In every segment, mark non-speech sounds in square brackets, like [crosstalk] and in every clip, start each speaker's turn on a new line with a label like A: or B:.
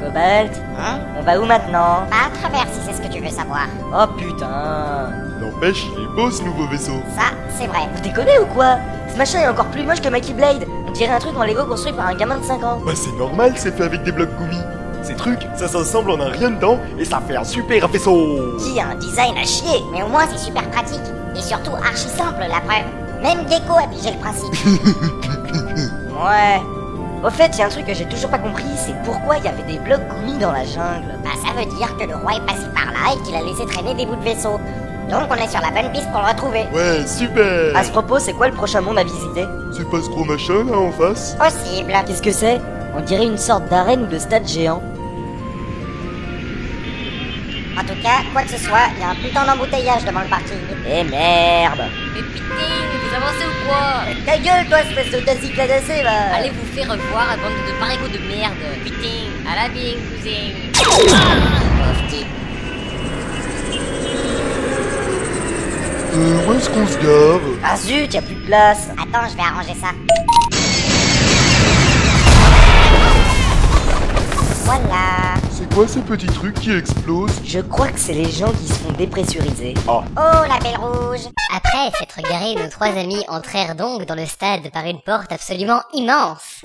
A: Cobalt,
B: Hein
A: on va où maintenant
C: Bah à travers si c'est ce que tu veux savoir.
A: Oh putain Eh,
B: N'empêche, il est beau ce nouveau vaisseau.
C: Ça, c'est vrai.
A: Vous déconnez ou quoi Ce machin est encore plus moche que Mikey Blade On dirait un truc en Lego construit par un gamin de 5 ans
B: Bah c'est normal, c'est fait avec des blocs Gumi. Ces trucs, ça s'assemble en un rien dedans et ça fait un super vaisseau.
C: Qui a un design à chier Mais au moins c'est super pratique. Et surtout archi simple la preuve. Même Gecko a pigé le principe.
A: [laughs] Ouais Au fait, il y a un truc que j'ai toujours pas compris, c'est pourquoi il y avait des blocs Gumi dans la jungle
C: bah ça veut dire que le roi est passé par là et qu'il a laissé traîner des bouts de vaisseau. Donc on est sur la bonne piste pour le retrouver.
B: Ouais, super.
A: À ce propos, c'est quoi le prochain monde à visiter
B: C'est pas ce gros machin là en face
C: Possible.
A: Qu'est-ce que c'est On dirait une sorte d'arène ou de stade géant.
C: En tout cas, quoi que ce soit, il y a un putain d'embouteillage devant le parking.
A: Eh merde
D: Mais putain, vous avancez ou quoi
A: Ta gueule, toi, espèce de tazic ladassé, là
D: Allez vous faire revoir, bande de parigots de merde Putain, à la bing, cousin
B: Euh, où est-ce qu'on se gare
A: Ah zut, y a plus de place
C: Attends, je vais arranger ça. Voilà.
B: C'est quoi ces petits trucs qui explosent
A: Je crois que c'est les gens qui se font dépressuriser.
C: Oh, la belle rouge.
E: Après s'être garés, nos trois amis entrèrent donc dans le stade par une porte absolument immense.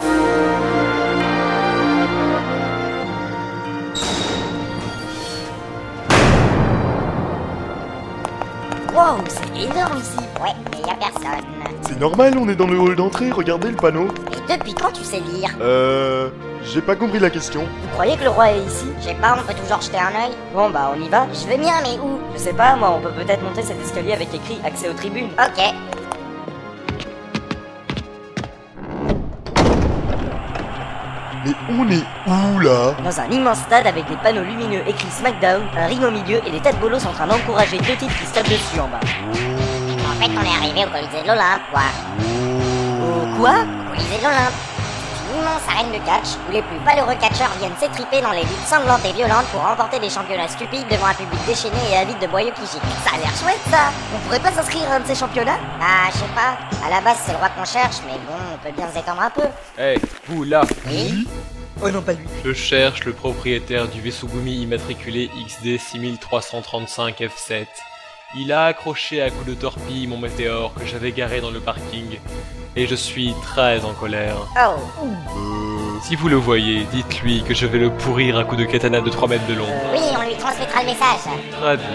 C: Wow, c'est énorme ici. Ouais, mais y a personne.
B: C'est normal, on est dans le hall d'entrée, regardez le panneau.
C: Et depuis quand tu sais lire
B: Euh... J'ai pas compris la question.
A: Vous croyez que le roi est ici
C: Je sais pas, on peut toujours jeter un œil.
A: Bon bah on y va.
C: Je veux bien, mais où
A: Je sais pas moi, on peut peut-être monter cet escalier avec écrit accès aux tribunes. Ah,
C: Ok.
B: Mais on est où là
A: Dans un immense stade avec des panneaux lumineux écrits SmackDown, un ring au milieu et des têtes bolos en train d'encourager deux types qui se tapent dessus en bas.
C: En fait, on est arrivé au Colisée de l'Olympe, quoi.
A: Oh quoi
C: Au Colisée de l'Olympe. C'est une immense arène de catch où les plus valeureux catcheurs viennent s'étriper dans les luttes sanglantes et violentes pour remporter des championnats stupides devant un public déchaîné et avide de boyaux qui giclent. Ça a l'air chouette, ça
A: On pourrait pas s'inscrire à un de ces championnats
C: Ah, je sais pas. À la base, c'est le roi qu'on cherche, mais bon, on peut bien s'étendre un peu.
F: Eh, vous là
C: Oui
B: Euh,
A: Oh non pas lui.
F: Je cherche le propriétaire du vaisseau Gumi immatriculé XD 6335 F7. Il a accroché à coups de torpille mon météore que j'avais garé dans le parking. Et je suis très en colère.
C: Oh
B: Euh...
F: Si vous le voyez, dites-lui que je vais le pourrir à coups de katana de 3 mètres de long.
C: Oui, on lui transmettra le message.
F: Très bien.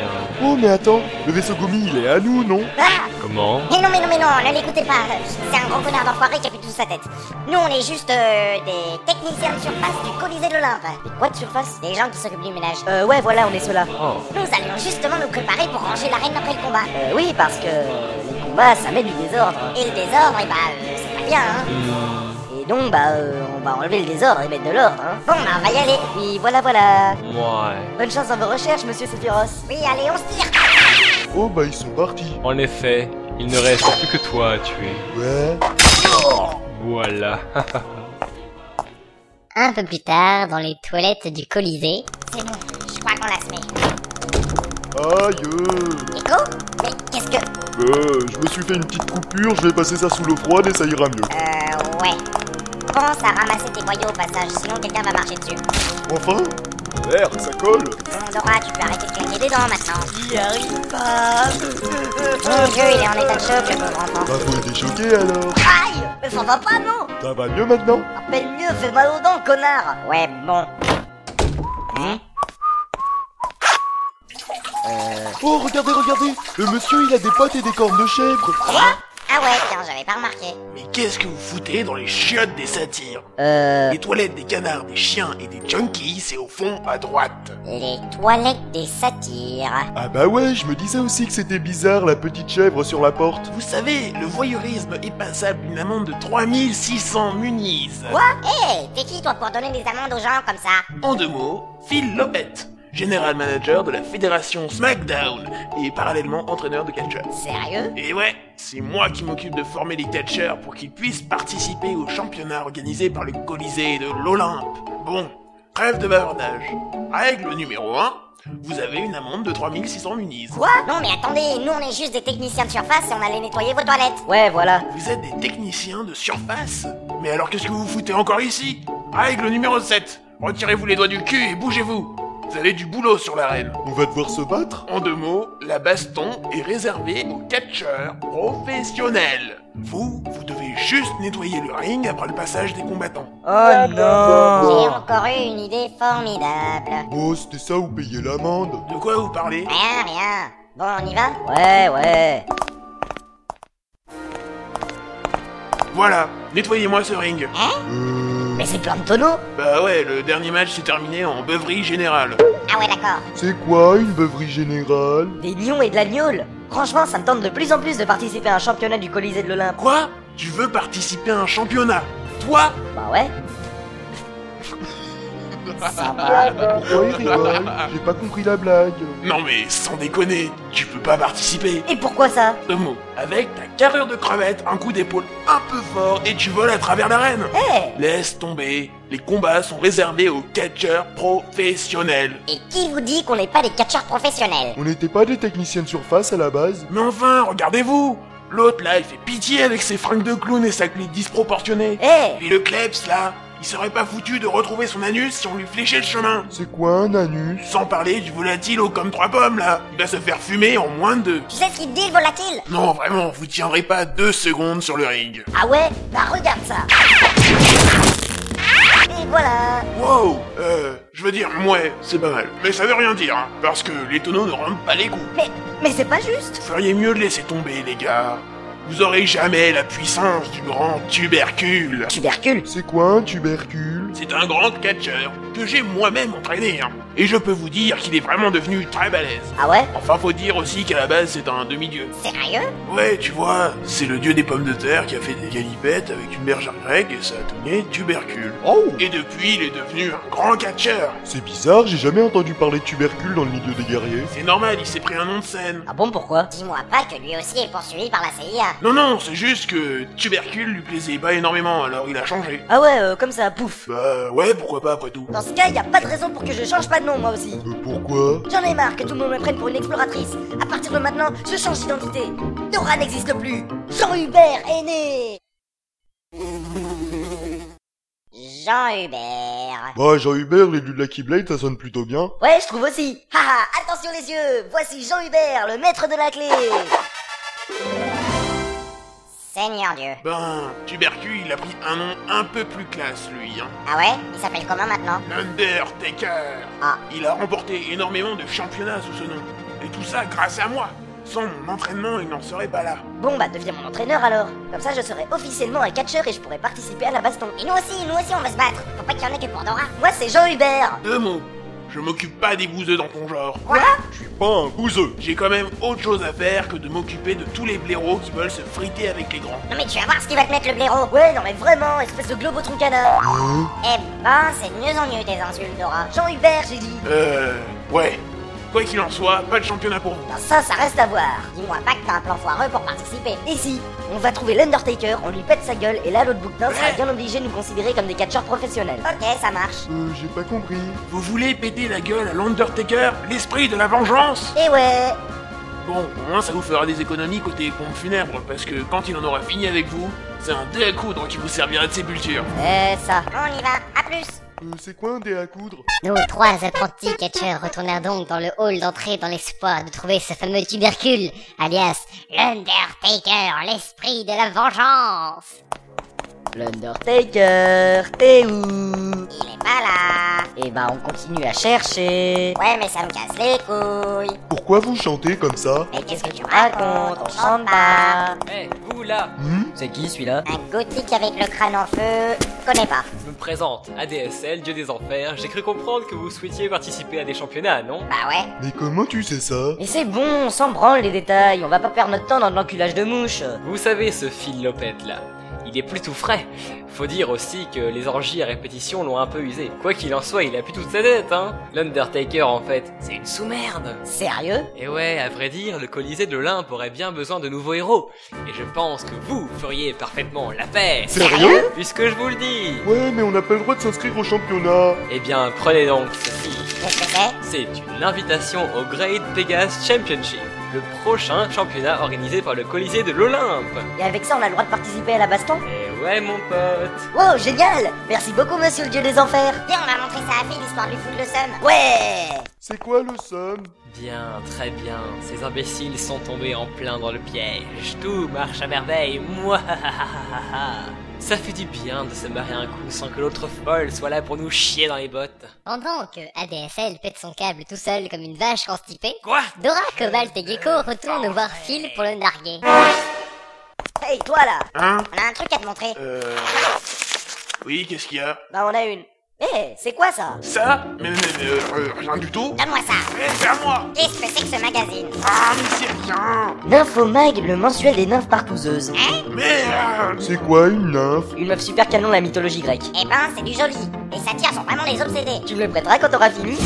B: Oh mais attends, le vaisseau Gumi il est à nous, non
C: Ah
F: Comment
C: Mais non, mais non, mais non, ne l'écoutez pas. C'est un gros connard d'enfoiré qui a plus toute sa tête. Nous, on est juste euh, des techniciens de surface du Colisée de l'Olympe.
A: Mais quoi de surface
C: Des gens qui s'occupent du ménage.
A: Euh ouais voilà, on est ceux-là.
F: Oh,
C: Nous allions justement nous préparer pour ranger l'arène après le combat.
A: Euh oui parce que les combats ça met du désordre.
C: Et le désordre, eh bah, euh, c'est pas bien, hein.
A: Et donc bah euh, on va enlever le désordre et mettre de l'ordre hein.
C: Bon, bah, on va y aller.
A: Oui voilà voilà.
F: ouais.
A: Bonne chance dans vos recherches monsieur Sephiroth.
C: Oui, allez, on se tire.
B: Oh bah ils sont partis.
F: En effet, il ne reste plus que toi à tuer.
B: Ouais.
F: Voilà. [laughs]
E: Un peu plus tard, dans les toilettes du Colisée,
C: C'est bon, je crois qu'on l'a semé.
B: Aïe euh.
C: Nico Mais qu'est-ce que.
B: Euh, je me suis fait une petite coupure, je vais passer ça sous l'eau froide et ça ira mieux.
C: Euh, ouais. Pense à ramasser tes boyaux au passage, sinon quelqu'un va marcher dessus.
B: Enfin Merde, ça colle
C: Bon, Dora, tu peux arrêter de claquer des dents maintenant.
A: J'y arrive pas.
C: Mon dieu, il est en état de choc, le pauvre enfant.
B: Bah faut été choqué alors
A: Aïe Mais ça va pas non
B: Ça va mieux maintenant
A: Appelle mieux, fais mal aux dents connard
C: Ouais, bon.
B: Oh regardez, regardez Le monsieur il a des pattes et des cornes de chèvre
C: Ah ouais, tiens, j'avais pas remarqué.
G: Mais qu'est-ce que vous foutez dans les chiottes des satires
A: Euh...
G: Les toilettes des canards, des chiens et des junkies, c'est au fond à droite.
C: Les toilettes des satires.
B: Ah bah ouais, je me disais aussi que c'était bizarre la petite chèvre sur la porte.
G: Vous savez, le voyeurisme est passable d'une amende de 3600 munis.
C: Hé, t'es qui toi pour donner des amendes aux gens comme ça
G: En deux mots, Phil Lopette, général manager de la fédération SmackDown et parallèlement entraîneur de catcheur.
C: Sérieux
G: Et ouais, c'est moi qui m'occupe de former les catcheurs pour qu'ils puissent participer au championnat organisé par le Colisée de l'Olympe. Bon, trêve de bavardage. Règle numéro 1, vous avez une amende de 3600 munis.
C: Quoi Non mais attendez, nous on est juste des techniciens de surface et on allait nettoyer vos toilettes.
A: Ouais voilà.
G: Vous êtes des techniciens de surface Mais alors qu'est-ce que vous foutez encore ici Règle numéro 7, Retirez-vous les doigts du cul et bougez-vous Vous avez du boulot sur l'arène.
B: On va devoir se battre
G: En deux mots, la baston est réservée aux catcheurs professionnels. Vous, vous devez juste nettoyer le ring après le passage des combattants.
A: Oh
C: J'ai
A: non
C: encore eu une idée formidable.
B: Bon, c'était ça ou payer l'amende
G: De quoi vous parlez
C: Rien, rien. Bon, on y va
A: Ouais, ouais.
G: Voilà, nettoyez-moi ce ring.
B: Euh,
A: Mais c'est plein de tonneaux
G: Bah ouais, le dernier match s'est terminé en beuverie générale.
C: Ah ouais, d'accord.
B: C'est quoi une beuverie générale
A: Des lions et de la gnôle Franchement, ça me tente de plus en plus de participer à un championnat du Colisée de l'Olympe.
G: Quoi Tu veux participer à un championnat Toi
A: Bah ouais.
B: Pourquoi il rigole J'ai pas compris la blague.
G: Non mais sans déconner, tu peux pas participer.
A: Et pourquoi ça
G: Deux mots. Avec ta carrure de crevette, un coup d'épaule un peu fort et tu voles à travers l'arène.
A: Eh
G: Laisse tomber, les combats sont réservés aux catcheurs professionnels.
C: Et qui vous dit qu'on n'est pas des catcheurs professionnels
B: On n'était pas des techniciens de surface à la base
G: Mais enfin, regardez-vous L'autre là, il fait pitié avec ses fringues de clown et sa clique disproportionnée.
A: Eh
G: Et le Klebs là, il serait pas foutu de retrouver son anus si on lui fléchait le chemin.
B: C'est quoi un anus
G: Sans parler du volatile haut comme trois pommes là, il va se faire fumer en moins de deux.
C: Tu sais ce qu'il dit, le volatile
G: Non, vraiment, vous tiendrez pas deux secondes sur le ring.
C: Ah ouais Bah regarde ça Et voilà
G: Wow Euh, je veux dire, ouais, c'est pas mal. Mais ça veut rien dire, hein, parce que les tonneaux ne rendent pas les coups.
A: Mais, mais c'est pas juste
G: Vous feriez mieux de laisser tomber, les gars. Vous aurez jamais la puissance du grand tubercule.
A: Tubercule
B: C'est quoi un tubercule
G: C'est un grand catcheur que j'ai moi-même entraîné, hein. Et je peux vous dire qu'il est vraiment devenu très balèze.
A: Ah ouais
G: Enfin, faut dire aussi qu'à la base, c'est un demi-dieu.
C: Sérieux
G: Ouais, tu vois, c'est le dieu des pommes de terre qui a fait des galipettes avec une bergère grecque et ça a donné tubercule.
B: Oh
G: Et depuis, il est devenu un grand catcheur.
B: C'est bizarre, j'ai jamais entendu parler de tubercule dans le milieu des guerriers.
G: C'est normal, il s'est pris un nom de scène.
A: Ah bon, pourquoi
C: Dis-moi pas que lui aussi est poursuivi par la CIA.
G: Non, non, c'est juste que tubercule lui plaisait pas énormément, alors il a changé.
A: Ah ouais, euh, comme ça, pouf
G: Bah ouais, pourquoi pas après tout.
A: Dans ce cas, y a pas de raison pour que je change pas de nom, moi aussi
B: Euh, pourquoi
A: J'en ai marre que tout le monde me prenne pour une exploratrice À partir de maintenant, je change d'identité Dora n'existe plus
C: Jean Hubert est né Jean Hubert.
B: Bah, Jean Hubert, l'élu de Lucky Blade, ça sonne plutôt bien.
A: Ouais, je trouve aussi
C: Haha, attention les yeux Voici Jean Hubert, le maître de la clé Seigneur Dieu.
G: Ben, tubercule, il a pris un nom un peu plus classe, lui, hein.
C: Ah ouais Il s'appelle comment maintenant
G: L'Undertaker.
C: Ah.
G: Il a remporté énormément de championnats sous ce nom. Et tout ça grâce à moi. Sans mon entraînement, il n'en serait pas là.
A: Bon, bah, deviens mon entraîneur alors Comme ça, je serai officiellement un catcheur et je pourrai participer à la baston
C: Et nous aussi, nous aussi on va se battre Faut pas qu'il y en ait que pour Dora
A: Moi, c'est Jean Hubert
G: Deux mots. Je m'occupe pas des bouseux dans ton genre.
B: Je suis pas un bouseux.
G: J'ai quand même autre chose à faire que de m'occuper de tous les blaireaux qui veulent se friter avec les grands.
C: Non mais tu vas voir ce qu'il va te mettre le blaireau
A: Ouais, non mais vraiment, espèce de globo troncana
B: Euh,
C: Eh ben, c'est de mieux en mieux tes insultes, Dora.
A: Jean Hubert, j'ai dit
G: Euh... Ouais. Quoi qu'il en soit, pas de championnat pour vous.
A: Non, Ben, ça, ça reste à voir
C: Dis-moi pas que t'as un plan foireux pour participer.
A: Et si, on va trouver l'Undertaker, on lui pète sa gueule, et là l'autre bouquetin sera bien obligé de nous considérer comme des catcheurs professionnels.
C: Ok, ça marche.
B: Euh, j'ai pas compris.
G: Vous voulez péter la gueule à l'Undertaker, l'esprit de la vengeance
A: Et ouais
G: Bon, au moins ça vous fera des économies côté pompe funèbre, parce que quand il en aura fini avec vous, c'est un dé à coudre qui vous servira de sépulture.
A: Eh, ça
C: On y va, à plus
B: Euh, c'est quoi un dé à coudre
E: Nos trois apprentis catcheurs retournèrent donc dans le hall d'entrée dans l'espoir de trouver ce fameux tubercule, alias l'Undertaker, l'esprit de la vengeance.
A: L'Undertaker, t'es où
C: Il est pas là
A: Eh bah, on continue à chercher
C: Ouais, mais ça me casse les couilles
B: Pourquoi vous chantez comme ça
C: Mais qu'est-ce que tu racontes
A: Raconte, on chante pas
D: Eh, vous là
B: Hmm
H: C'est qui celui-là
C: Un gothique avec le crâne en feu, connais pas.
D: Je me présente, ADSL, Dieu des Enfers. J'ai cru comprendre que vous souhaitiez participer à des championnats, non
C: Bah ouais.
B: Mais comment tu sais ça
A: Mais c'est bon, on s'en branle les détails, on va pas perdre notre temps dans de l'enculage de mouche
D: Vous savez ce Phil Lopette là il est plus tout frais. Faut dire aussi que les orgies à répétition l'ont un peu usé. Quoi qu'il en soit, il a plus toute sa dette, hein. L'Undertaker, en fait, c'est une sous-merde.
A: Sérieux
D: Et ouais, à vrai dire, le Colisée de l'Olympe aurait bien besoin de nouveaux héros. Et je pense que vous feriez parfaitement la paix.
B: Sérieux
D: Puisque je vous le dis.
B: Ouais, mais on n'a pas le droit de s'inscrire au championnat.
D: Eh bien, prenez donc ceci.
C: Qu'est-ce que c'est
D: C'est une invitation au Great Pegasus Championship, le prochain championnat organisé par le Colisée de l'Olympe.
A: Et avec ça, on a le droit de participer à la baston
D: Eh Ouais, mon pote.
A: Wow, génial Merci beaucoup, monsieur le dieu des enfers
C: Viens, on va montrer ça à Phil, histoire de lui foutre le seum.
A: Ouais
B: C'est quoi le somme
D: Bien, très bien. Ces imbéciles sont tombés en plein dans le piège. Tout marche à merveille. Moi. [laughs] Ça fait du bien de se marrer un coup sans que l'autre folle soit là pour nous chier dans les bottes.
E: Pendant que ADSL pète son câble tout seul comme une vache constipée,
D: Quoi
E: Dora, Cobalt et Gecko retournent voir Phil pour le narguer.
A: Hey, toi là
G: Hein
C: On a un truc à te montrer.
G: Euh... Oui, qu'est-ce qu'il y a
A: Bah, on a une. Eh, c'est quoi ça
G: Ça Mais, mais, mais, euh, rien du tout
C: Donne-moi ça.
G: Eh, ferme-moi
C: Qu'est-ce que c'est que ce magazine
G: Ah, mais c'est rien
A: Nymphomag, le mensuel des nymphes partouzeuses.
C: Hein
G: Merde
B: C'est quoi une nymphe
A: Une meuf super canon de la mythologie grecque.
C: Eh ben, c'est du joli. Les satires sont vraiment des obsédés.
A: Tu me le prêteras quand t'auras fini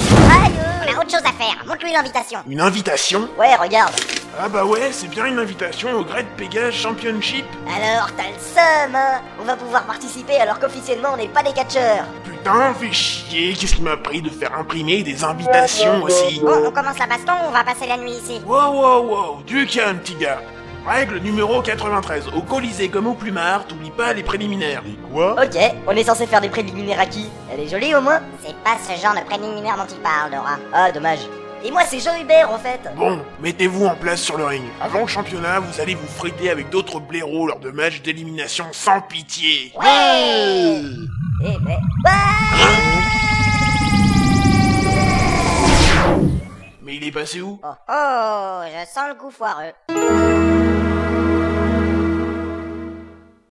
C: Aïe On a autre chose à faire. Montre-lui l'invitation.
G: Une invitation
A: Ouais, regarde
G: Ah bah ouais, c'est bien une invitation au Great Pégase Championship
A: Alors, t'as le seum, hein On va pouvoir participer alors qu'officiellement on n'est pas des catcheurs
G: Putain, fais chier, qu'est-ce qui m'a pris de faire imprimer des invitations aussi
C: Bon, on commence la baston ou on va passer la nuit ici
G: Wow, wow, wow, du calme, petit gars Règle numéro 93, au Colisée comme au Plumard, t'oublies pas les préliminaires.
B: Et quoi
A: Ok, on est censé faire des préliminaires à qui Elle est jolie au moins
C: C'est pas ce genre de préliminaire dont il parle, Dora.
A: Ah, dommage. Et moi, c'est Jean Hubert en fait
G: Bon, mettez-vous en place sur le ring. Avant le championnat, vous allez vous friter avec d'autres blaireaux lors de matchs d'élimination sans pitié.
A: Ouais
B: Oh!
A: Eh mais...
G: Mais il est passé où
C: Oh, je oh, sens le goût foireux.